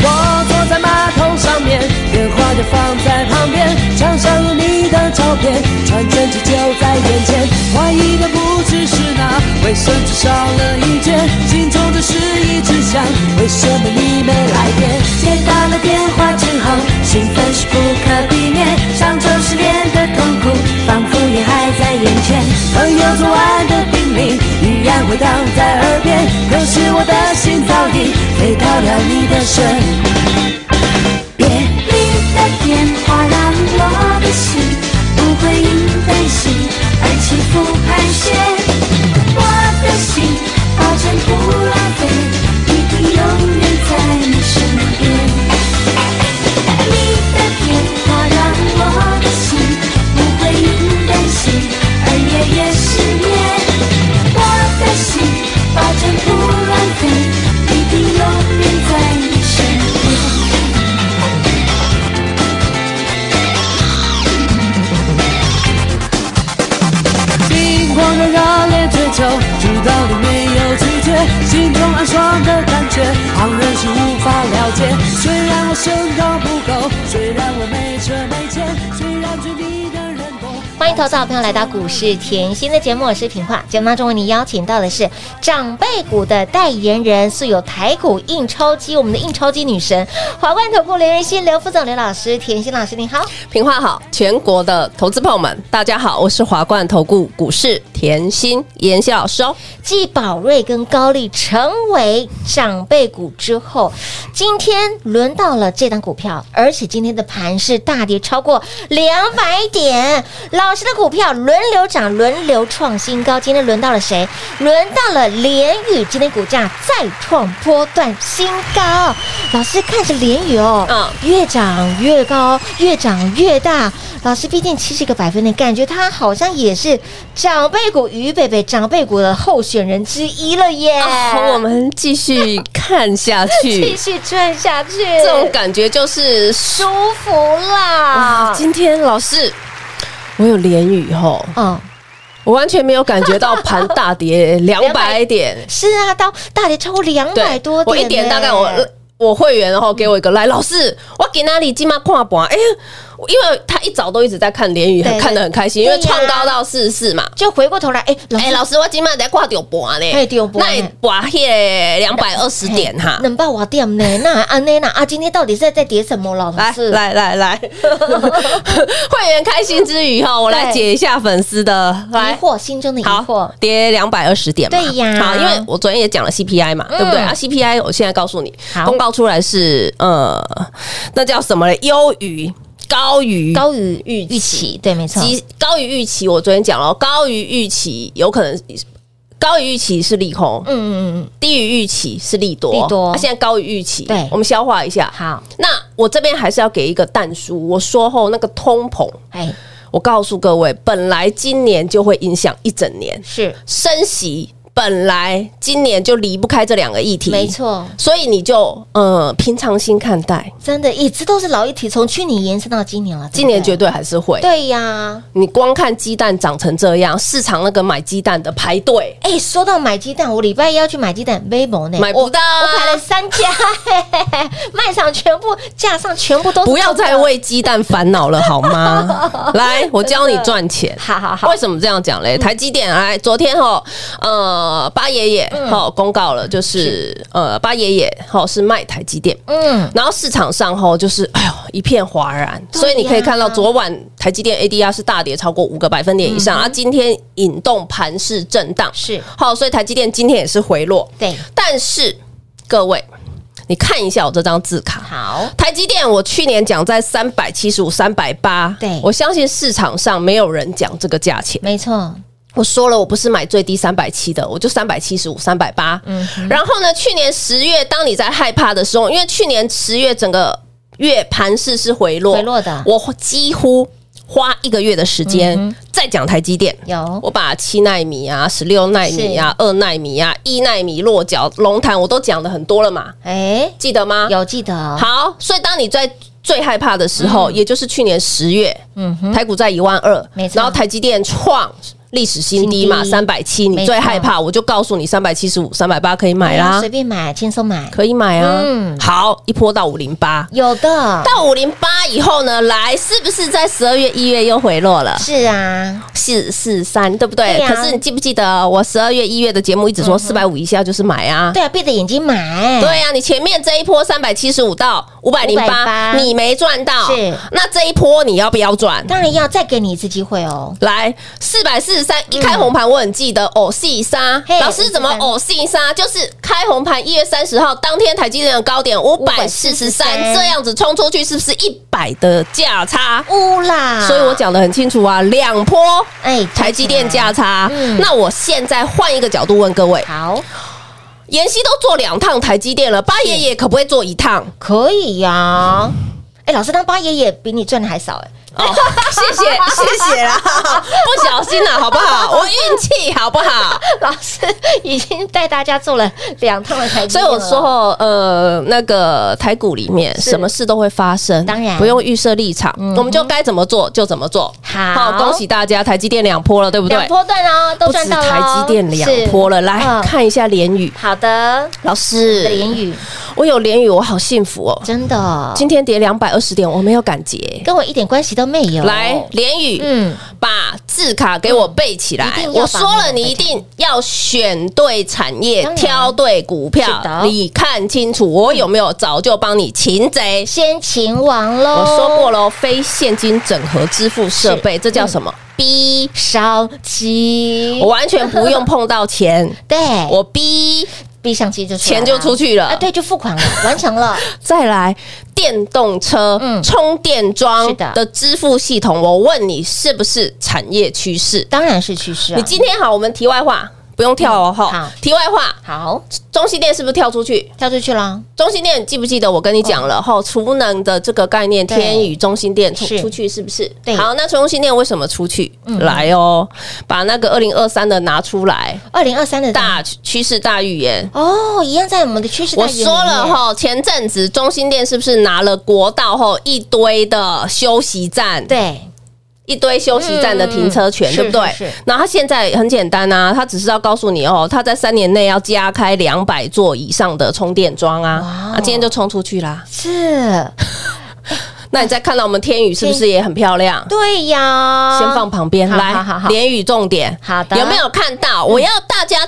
我坐在马桶上面，电话就放在旁边，墙上有你的照片，传真机就在眼前。怀疑的不只是那卫生纸少了一卷，心中的事一直想，为什么你没来电？接打了电话之后，兴奋是不可避免，上周失恋的痛苦仿佛也还在眼前，朋友昨晚的叮咛依然回荡在耳边，可是我的心早已飞到了你的身边。别你的电话让我的心不会因担心而起伏盘旋。我的心保证不浪费，一定永远在你身边。你的电话让我的心不会因担心而夜夜失眠。我的心保证不浪费，一定永远在你身边。心狂热热烈追求，直到你没有拒绝，心中暗爽的感觉，旁人是无法了解。虽然我身高不高，虽然我没车没钱，虽然追你的人多。欢迎投资好朋友来到股市甜心的节目，我是品化。节目当中为您邀请到的是长辈股的代言人，素有台股印钞机，我们的印钞机女神华冠投顾刘仁心、刘副总、刘老师、甜心老师，你好。平话好，全国的投资朋友们，大家好，我是华冠投顾股市甜心妍希老师哦。继宝瑞跟高丽成为长辈股之后，今天轮到了这档股票，而且今天的盘是大跌超过两百点。老师的股票轮流涨，轮流创新高。今天轮到了谁？轮到了联宇，今天股价再创波段新高。老师看着联宇哦，嗯越涨越高，越涨越大。老师，毕竟七十个百分点，感觉它好像也是长辈股于北北长辈股的候选人之一了耶。啊好，我们继续看下 继去，续赚下去，这种感觉就是舒服啦哇，。今天老师，我有连雨吼，嗯，我完全没有感觉到盘大跌两百200点，是啊，到大跌超过两百多我点呢，一点大概我呃我会员然后给我一个来，老师，我给那里今晚看盘，哎、因为他一早都一直在看连雨，对很看得很开心，因对为创呀高到四十四嘛。就回过头来，哎，老 哎、师老师，我今晚在挂掉盘嘞，嘿丢盘那挂迄两百二十点哈。哎能把我点呢？那安内那啊，今天到底在在跌什么？老来师，来 来来，会员开心之余哈，我来对解一下粉丝 的疑来。惑，心中的疑惑好，，跌两百二十点嘛，对呀嗯好，因为我昨天也讲了 CPI 嘛，对不对啊？CPI 我现在告诉你好，公告出来是呃，那叫什么嘞？优于高于高于预预期，对，没错，其高于预期，我昨天讲了，高于预期有可能高于预期是利空，嗯嗯嗯，低于预期是利多，利多啊现在高于预期，对我们消化一下。好，那我这边还是要给一个淡书，我说后那个通膨，哎，我告诉各位，本来今年就会影响一整年，是升息本来今年就离不开这两个议题，没，错，所以你就呃平常心看待，真的，一直都是老议题，从去年延伸到今年了，今年绝对对还是会不对。对呀。你光看鸡蛋长成这样，市场那个买鸡蛋的排队，哎、说到买鸡蛋，我礼拜一要去买鸡蛋，没某呢，买不到啊我，我买了三家， 嘿嘿嘿卖场全部架上全部都是 不要再为鸡蛋烦恼了好 吗？来，我教你赚钱。好好嗯好为什么这样讲嘞？台积电来，昨天哈，呃，八爷爷嗯哈公告了，就是呃，八爷爷哈是卖台积电，嗯，然后市场上哈就是哎呦一片哗然，对呀所以你可以看到昨晚台积电 ADR 是大跌超过五个百分点以上，啊，今天引动盘势震荡，嗯是好，所以台积电今天也是回落，对，但是各位，你看一下我这张字卡，好，台积电，我去年讲在三百七十五、三百八，对我相信市场上没有人讲这个价钱，没错，我说了，我不是买最低三百七的，我就三百七十五、三百八。嗯然后呢，去年十月，当你在害怕的时候，因为去年十月整个月盘势是回落，回落的嗯我几乎花一个月的时间在讲台积电。有我把七纳米啊、十六纳米啊、二纳米啊、一纳米落脚龙潭，我都讲的很多了嘛，哎，记得吗？有记得，，哦好，所以当你在最害怕的时候，也就是去年十月，台股在一万二，嗯没错然后台积电创。历史新低嘛，新低三百七，没你错最害怕，我就告诉你，三百七十五、三百八可以买啦随，便买，轻松买，可以买啊。嗯好，一波到五零八，有的，到五零八以后呢，来是不是在十二月、一月又回落了？是啊，四四三，对不对嗯对？啊可是你记不记得我十二月、一月的节目一直说四百五以下就是买啊？对啊，闭着眼睛买，对呀、你前面这一波三百七十五到嗯五百零八， 508你没赚到，是那这一波你要不要赚？当然要再给你一次机会哦，来四百四十三一开红盘，我很记得哦偶细杀嘿。老师怎么哦偶细杀？就是开红盘一月三十号当天台积电的高点五百四十543三，这样子冲出去是不是一百的价差？乌啦，所以我，讲的很清楚啊，两波哎，台积电加价差嗯。那我现在换一个角度问各位，好，妍希都做两趟台积电了，八爷爷可不可以做一趟？可以呀，哎，老师当八爷爷比你赚的还少哎， 哦，谢 谢谢谢啦，不小心啦，好不好？ 我运气好不好？老师已经带大家做了两趟的台积所电以了，我说，呃，那个台股里面是什么事都会发生，当然嗯不用预设立场，我们就该怎么做就怎么做。好恭喜大家，台积电两波了，对不两对？波段哦，都不止赚到了台哦，积电两是波了，来嗯看一下联宇好的，我老的师，言语我有联宇，我好幸福哦。真的今天跌两百二十点，我没有感觉。跟我一点关系都没有。来，联宇，哦嗯，把字卡给我背起来嗯一定。要我说把了，那个你一定要选对产业当，然挑对股是的票。你看清楚，我有没有早就帮你擒贼？先秦王喽，我说过喽，非现金整合支付设备，这叫什么？逼烧鸡，我完全不用碰 到钱，对我逼逼上去就出来钱了就出去啊，了。对，就付款了，完成 了，再来，电动车嗯、充电是桩的的支付系统，我问你是不是产业趋势？当然是趋势啊你。今天好，我们题外话不用跳嗯哦，好哈。题外话，好，中心店是不是跳出去？跳出去了，中心店你记不记得我跟你讲了哈？储能的这个概念，哦对天宇中心店出是出去是不是对？嗯好，那中心店为什么出去？来哦，把那个二零二三的拿出来，二零二三的大趋势大预言。哦，一样在我们的趋势。我说了，哈，前阵子中心店是不是拿了国道后一堆的休息站？对，一堆休息站的停车权，嗯对不对是是是？那他现在很简单啊，他只是要告诉你哦，他在三年内要加开两百座以上的充电桩哇啊哦，啊，今天就冲出去啦。是，那你再看到我们天宇是不是也很漂亮？对呀，先放旁边啊好来好好好，联宇重点，好的有没有看到？我要大家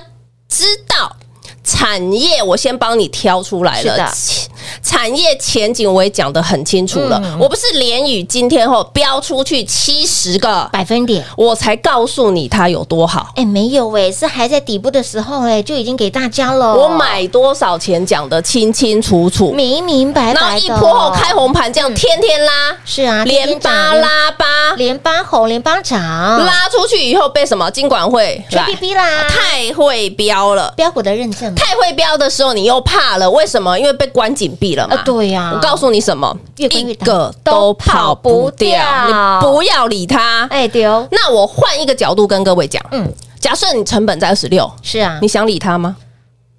知道产业，我先帮你挑出来是的嗯了。其产业前景我也讲得很清楚了，我不是联宇今天后标出去七十个，百分点。我才告诉你它有多好。哎，没有哎，是还在底部的时候哎，就已经给大家了。我买多少钱讲得清清楚楚，明明白然白后的，一波后开红盘，这样天天拉，是啊，连八拉八，连八红，连八涨，拉出去以后被什么？金管会吹来 B B 啦，太会标了。标股的认证嘛，太会标的时候，你又怕了，为什么？因为被关紧闭了嘛。啊对呀我告诉你什么，越关越一大个都跑不掉，都跑不掉你不要理它。哎对哦，那我换一个角度跟各位讲，嗯，假设你成本在二十六，是啊，你想理它吗？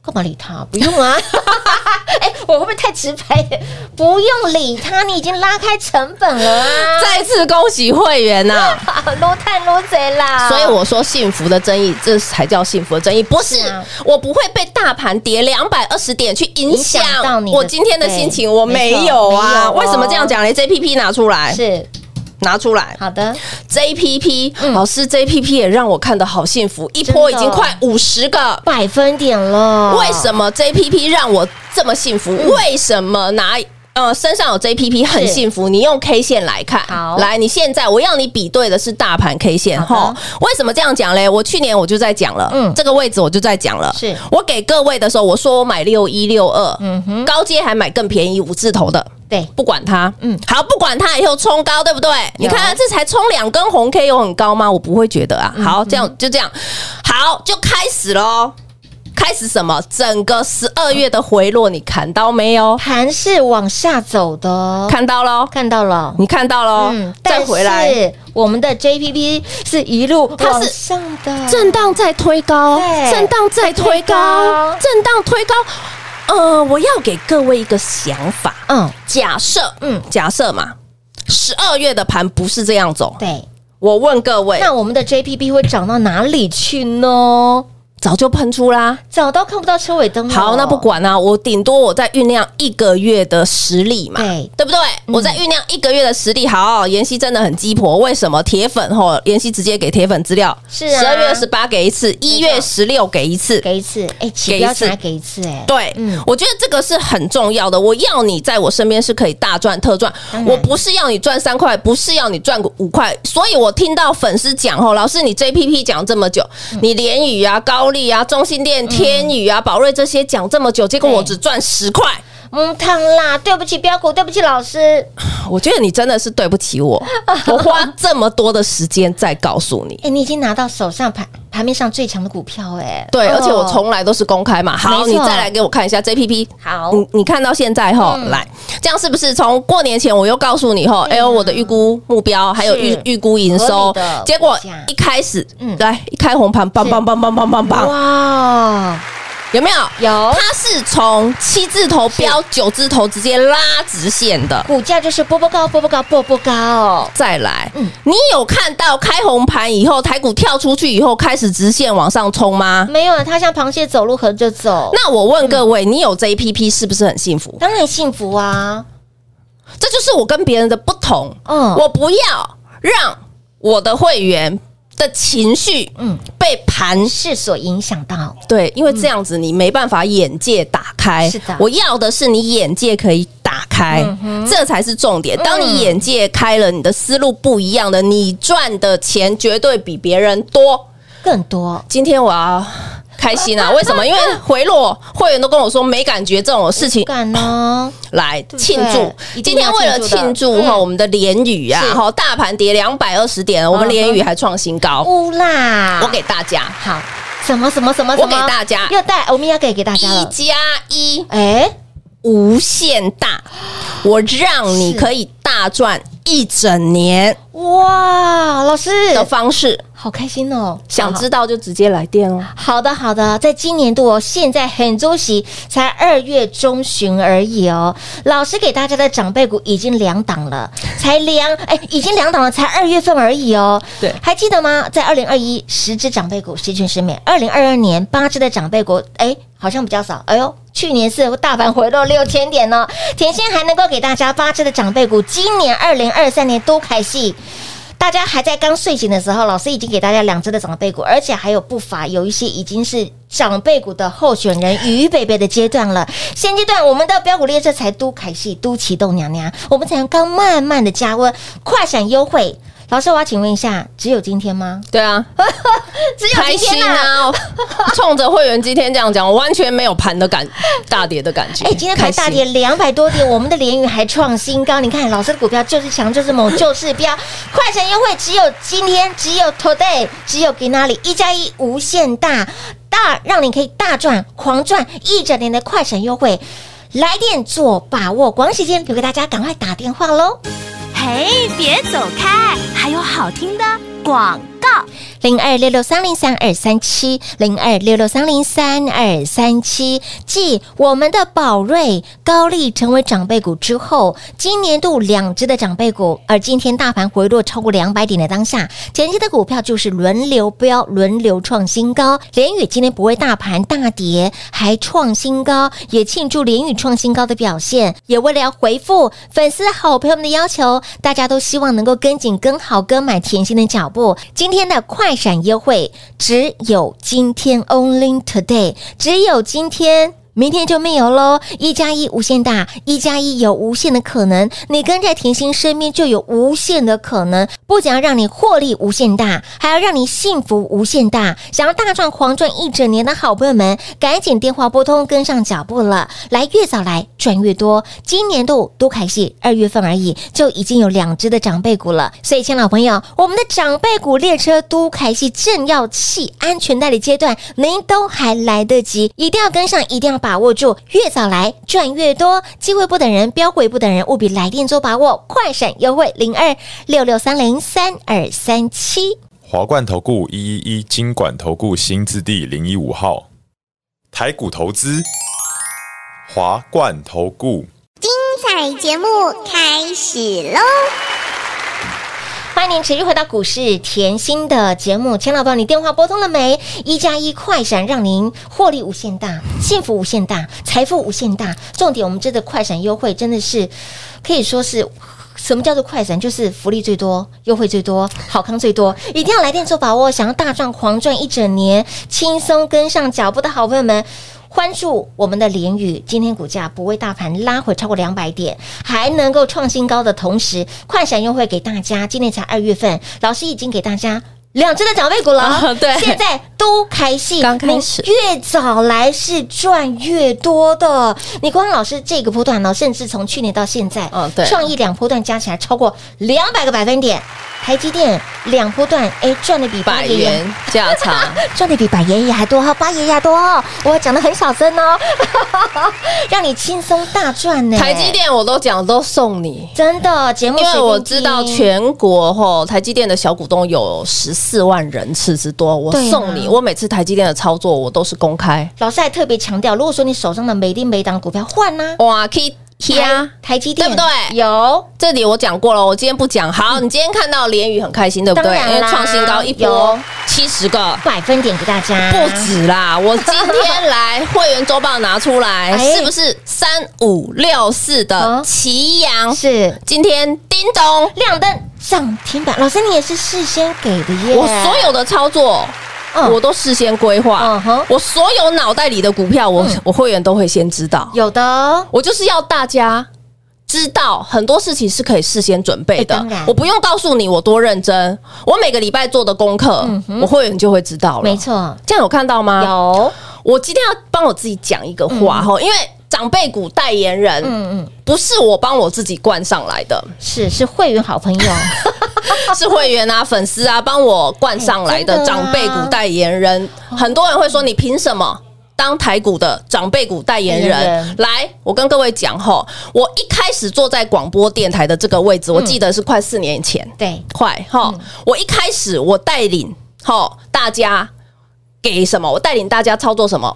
干嘛理他？不用 啊。哎，我会不会太直白？不用理他，你已经拉开成本了啊！ 再次恭喜会员呐、 撸碳撸贼啦！所以我说幸福的争议，这才叫幸福的争议，不是是啊我不会被大盘跌两百二十点去影响影响到你的我今天的心情，对我没有没啊。错没有哦为什么这样讲呢？JPP 拿出来，是拿出来好嗯的， ，JPP、老师，JPP 也让我看的好幸福，一波已经快五十个。百分点了。为什么 JPP 让我这么幸福？为什么拿？呃，身上有 JPP 很嗯是幸福，你用 K 线来看，好来，你现在我要你比对的是大盘 K 线好哈的。为什么这样讲嘞？我去年我就在讲了，嗯这个位置我就在讲了。是我给各位的时候，我说我买六一六二，嗯哼高阶还买更便宜五字头的，对不管它，嗯嗯，好，不管它以后冲高，对不对？你看它这才冲两根红 K，有很高吗？我不会觉得啊。好，这样就这样，好，就开始喽。开始什么？整个十二月的回落，你看到没有？盘是往下走的哦，看到喽，看到了，嗯你看到喽。再但回来，是我们的 JPP 是一路它往是上的，震荡再推高，对震荡再再推推高高，震荡推高。呃，我要给各位一个想法，嗯，假设，嗯嗯，假设嘛，十二月的盘不是这样走。对。我问各位，那我们的 JPP 会涨到哪里去呢？早就喷出啦。早到看不到车尾灯了。好，那不管啦、我顶多我再酝酿一个月的实力嘛，对嗯不对？我再酝酿一个月的实力。好，妍希真的很鸡婆，为什么铁粉吼？妍希直接给铁粉资料，是啊十二月二十八给一次，一月十六给一次。给一次，哎，起给一标次才给一次，哎，对，嗯我觉得这个是很重要的。我要你在我身边是可以大赚特赚当，然我不是要你赚三块，不是要你赚五块。所以我听到粉丝讲哦吼，老师你 JPP 讲这么久，嗯你联宇啊、高丽啊、中信店、天宇啊、宝瑞这些讲这么久，结果对我只赚十块，嗯，烫啦，对不起标股，对不起老师，我觉得你真的是对不 起我，我花这么多的时间在告诉你。哎，你已经拿到手上盘盘面上最强的股票，哎，对，哦而且我从来都是公开嘛。好，没你错再来给我看一下 JPP。好嗯你你看到现在哈，来，这样是不是从过年前我又告诉你哈？哎呦，我的预估目标还有预啊是预估营合收理的，结果股价一开始嗯，来一开红盘，棒是棒棒棒棒棒棒，哇，有没有？有它是从七字头标九字头直接拉直线的。股价就是波波高，波波高，波波高，再来嗯，你有看到开红盘以后，台股跳出去以后开始直线往上冲吗？没有，啊它像螃蟹走路横着走，那我问各位，你有 JPP 是不是很幸福？当然幸福啊，这就是我跟别人的不同。嗯我不要让我的会员的情绪，嗯嗯，被盘是所影响到，对，因为这样子你没办法眼界打开。是的嗯我要的是你眼界可以打开，这才是重点。当你眼界开了，你的思路不一样的，你赚的钱绝对比别人多。更多，今天我要开心 啊！为什么？因为回落会员都跟我说没感觉这种事情，敢哦呢？来不对庆祝。一定今要天为了庆庆祝的嗯祝哈，我们的联宇啊是，哈，大盘跌两百二十点，我们联宇还创新高。乌啦，我给大家好，什么什么什么，我给什么大家要带，我们要给给大家一了。加一哎，无限大，我让你是可以大赚一整年哇，老师的方式。好开心哦！想好知道就直接来电哦。好的好的，在今年度哦，现在很周期才二月中旬而已哦。老师给大家的长辈股已经两档了，才两哎，已经两档了，才二月份而已哦。对还记得吗？在二零二一十只长辈股十全十美，二零二二年八只的长辈股，哎，好像比较少。哎呦，去年是大盘回落六千点呢、哦，甜心还能够给大家八只的长辈股，今年二零二三年都开戏。大家还在刚睡醒的时候，老师已经给大家两只的长辈股，而且还有不乏有一些已经是长辈股的候选人于北北的阶段了。 现阶段我们的标股列车才都凯系、都启动娘娘，我们才刚慢慢的加温，快闪优惠。老师，我要请问一下，只有今天吗？对啊，只有开哎今天心呐、啊！冲着会员今天这样讲，我完全没有盘的感，大跌的感觉。哎、今天盘大跌开心，两百多点，我们的联宇还创新高。你看，老师的股票就是强，就是猛，就是标。快闪优惠只有今天，只有 today，只有给哪里一加一无限大，大让你可以大赚、狂赚一整年的快闪优惠。来电做把握，广喜间留给大家，赶快打电话喽！嘿，别走开，还有好听的广告。零二六六三零三二三七，零二六六三零三二三七。继我们的宝瑞、高丽成为长辈股之后，今年度两只的长辈股，而今天大盘回落超过两百点的当下，前期的股票就是轮流标、轮流创新高。联宇今天不为大盘大跌，还创新高，也庆祝联宇创新高的表现，也为了要回复粉丝好朋友们的要求，大家都希望能够跟紧、跟好、跟满甜心的脚步。今天的快闪优惠只有今天，only today，只有今天。明天就没有喽。一加一无限大，一加一有无限的可能。你跟在甜心身边就有无限的可能，不仅要让你获利无限大，还要让你幸福无限大。想要大赚狂赚一整年的好朋友们，赶紧电话拨通，跟上脚步了。来，越早来赚越多。今年度多凯系二月份而已，就已经有两只的长辈股了。所以，亲爱的老朋友，我们的长辈股列车都凯系正要系安全带的阶段，您都还来得及，一定要跟上，一定要把握住，越早来赚越多。机会不等人，标股也不等人，务必来电做把握，快闪优惠零二六六三零三二三七。华冠投顾一一一金管投顾新字第零一五号，台股投资，华冠投顾。彩节目开始喽！欢迎您持续回到股市甜心的节目，钱老板，你电话拨通了没？一加一快闪让您获利无限大，幸福无限大，财富无限大。重点，我们这个快闪优惠真的是可以说是。什么叫做快闪？就是福利最多，优惠最多，好康最多，一定要来电做把握。想要大赚狂赚一整年，轻松跟上脚步的好朋友们，关注我们的联宇，今天股价不为大盘拉回超过两百点，还能够创新高的同时，快闪优惠给大家。今年才二月份，老师已经给大家。两只的长辈股了、啊 对现在都开戏，刚开始你越早来是赚越多的。你光老师这个波段呢，甚至从去年到现在，嗯对创意两波段加起来超过两百个百分点。台积电两波段，哎，赚的比八百爷爷元价 差，赚的比百爷爷还多，哈，八爷爷还多哦。我讲的很小声哦， 让你轻松大赚呢。台积电我都讲都送你。真的节目因随便为听，我知道全国吼台积电的小股东有十四万人次之多，我对啊送你。我每次台积电的操作我都是公开，老师还特别强调，如果说你手上的每一每档股票换呢、哇，K T 啊，台台积电对不对有这里我讲过了，我今天不 讲。好，你今天看到联宇很开心，对不对？当然啦因为创新高一波有七十个。百分点给大家，不 止啦！我今天来会员周报拿出来，哎是不是三五六四的哦奇阳？是今天叮咚，亮灯涨停板。老师，你也是事先给的耶，我所有的操作嗯我都事先规划嗯哼，嗯我所有脑袋里的股票，我我会员都会先知道，有的哦，我就是要大家。知道很多事情是可以事先准备哎的当然，我不用告诉你我多认真，我每个礼拜做的功课，我会员就会知道了。嗯没，错，这样有看到吗？。有，我今天要帮我自己讲一个话哈，因为长辈股代言人嗯嗯，不是我帮我自己冠上来的，是是会员好朋友， 是会员啊、粉丝啊帮我冠上来哎的真的啊长辈股代言人，很多人会说你凭什么？当台股的长辈股代代言言人人，来，我跟各位讲吼，我一开始坐在广播电台的这个位嗯置，我记得是快四年前，对，快嗯哈！我一开始我带领哈大家给什么？我带领大家操作什么？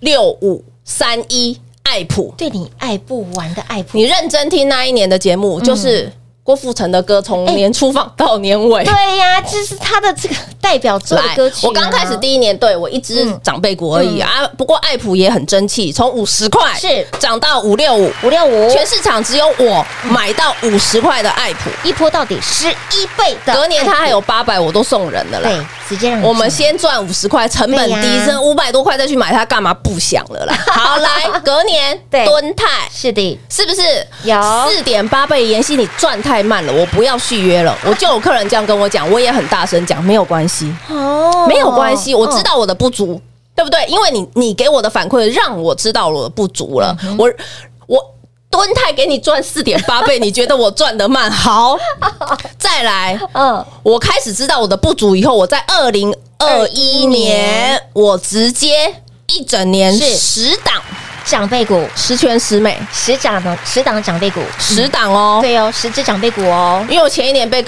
六五三一爱普，对你爱不完的爱不你认真听那一年的节嗯目，就是郭富城的歌从年初放到年尾。对呀，这是他的这个代表作的来歌曲啊。我刚开始第一年，对我一只嗯长辈股而已啊。不过爱普也很争气，从五十块是涨到五六五，五六五全市场只有我买到五十块的爱普。一波到底十一倍的，隔年它还有八百，我都送人了啦。对，直接让你我们进先赚五十块，成本对低呀，这五百多块再去买它干嘛？不想了 啦。好，来隔年对蹲泰是的，是不是有四点八倍？妍希，你赚太慢了，我不要续约了。我就有客人这样跟我讲，我也很大声讲，没有关系，哦没有关系，我知道我的不足，对不对？因为你你给我的反馈让我知道我的不足了，我我。蹲泰给你赚四点 八倍，你觉得我赚得慢？好， 再来，嗯，我开始知道我的不足以后，我在二零二一年，我直接一整年是十档长辈股十全十美十档的十档的长辈股，十档哦。对哦，十只长辈股哦，因为我前一年被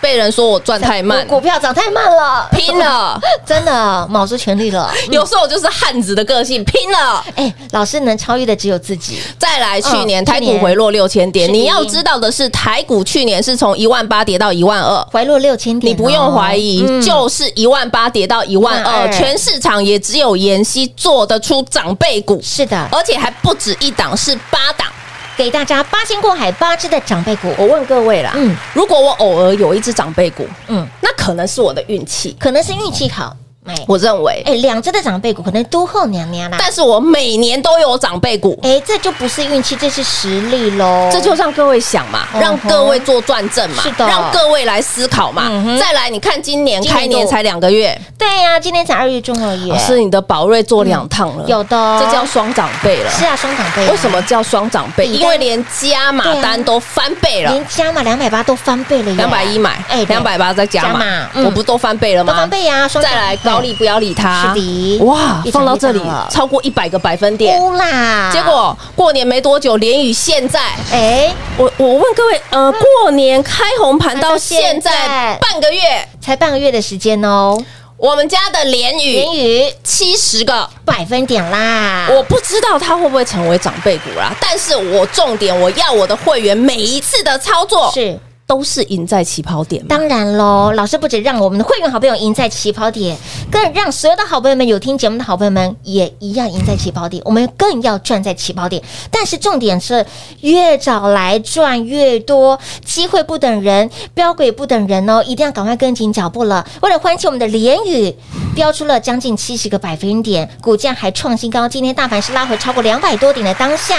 被人说我赚太慢，股股票涨太慢了，拼 了。 真的卯足全力了。有时候我就是汉子的个性，拼了。哎，老师能超越的只有自己，再来，嗯去年去台股年回落六千点，是你要知道的是，台股去年是从一万八跌到一万二。回落六千点你哦，不用怀疑，嗯就是一万八跌到一万二， 12,000全市场也只有妍希做得出长辈股，是的，而且还不止一档，是八档。给大家八仙过海八只的长辈股，我问各位啦，嗯如果我偶尔有一只长辈股，嗯，那可能是我的运气，可能是运气好，买。我认为。哎，两只的长辈股可能都后娘娘啦。嗯但是我每年都有长辈股，哎，这就不是运气，这是实力喽。这就让各位想嘛，哦嗯哼让各位做转正嘛是，的让各位来思考嘛嗯哼。再来，你看今年今年开年度才两个月，对呀，今天才二月中而已老。师你的宝瑞做两趟了，有的哦，这叫双长辈了。是啊，双长辈啊。为什么叫双长辈？你的因为连加码对啊单都翻倍了连。加码两百八都翻倍了耶？两百一买，哎，对两百八再加加码码，嗯我不都翻倍了吗？都翻倍呀双哎再涨来高利不要理他，是的哇一，整放到这里一档了超过一百个百分点，哭啦。结果过年没多久，连雨现在，哎，我我问各位，呃，过年开红盘到到现现在在半个月，才半个月的时间哦，我们家的连元雨宇七十个，百分点啦。我不知道它会不会成为长辈股啦，但是我重点我要我的会员每一次的操作是都是赢在起跑点嘛。当然喽，老师不止让我们的会员好朋友赢在起跑点，更让所有的好朋友们有听节目的好朋友们也一样赢在起跑点。我们更要赚在起跑点，但是重点是越早来赚越多，机会不等人，标轨不等人哦，一定要赶快跟紧脚步了。为了欢庆我们的连宇，标出了将近七十个百分点，股价还创新高。今天大盘是拉回超过两百多点的当下，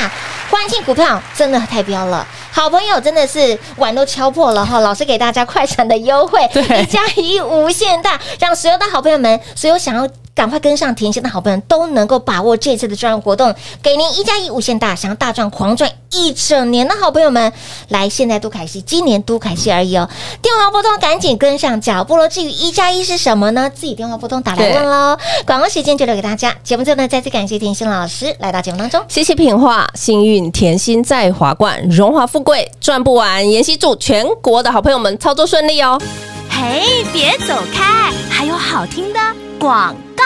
欢庆股票真的太标了，好朋友真的是碗都敲破了哈。老师给大家快闪的优惠，一加一无限大，让所有的好朋友们，所有想要。赶快跟上甜心的好朋友都能够把握这次的专案活动，给您一加一无限大，想要大赚狂赚一整年的好朋友们，来现在都凯西，今年都凯西而已哦。电话拨通，赶紧跟上脚步喽。至于一加一是什么呢？自己电话拨通打来问喽。广告时间就留给大家，节目最后呢，再次感谢甜心老师来到节目当中。谢谢品画，幸运甜心在华冠，荣华富贵赚不完。妍希祝全国的好朋友们操作顺利哦。嘿，别走开，还有好听的广告。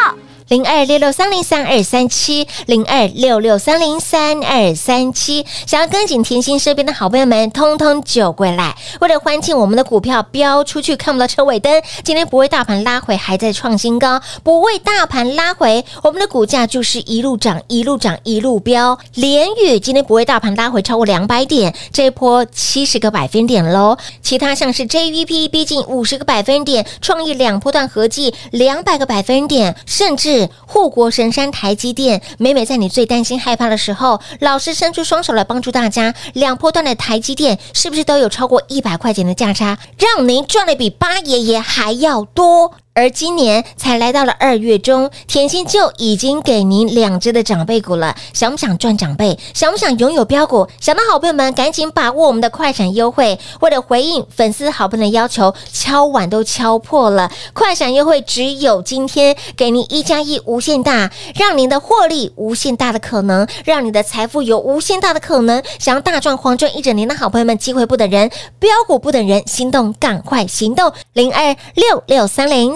零二六六三零三二三七，零二六六三零三二三七。想要跟紧甜心身边的好朋友们，通通酒归来。为了欢庆我们的股票飙出去，看不到车尾灯，今天不为大盘拉回，还在创新高；不为大盘拉回，我们的股价就是一路涨，一路涨，一路飙。连宇今天不为大盘拉回超过两百点，这一波七十个百分点喽。其他像是 JVP 逼近五十个百分点，创意两波段合计两百个百分点，甚至护国神山台积电，每每在你最担心害怕的时候，老师伸出双手来帮助大家。两波段的台积电是不是都有超过一百块钱的价差，让您赚的比八爷爷还要多？而今年才来到了二月中，甜心就已经给您两只的长辈股了。想不想赚长辈？想不想拥有标股？想的好朋友们，赶紧把握我们的快闪优惠！为了回应粉丝好朋友的要求，敲碗都敲破了，快闪优惠只有今天，给您一加一无限大，让您的获利无限大的可能，让你的财富有无限大的可能。想要大赚狂赚一整年的好朋友们，机会不等人，标股不等人，心动赶快行动！零二六六三零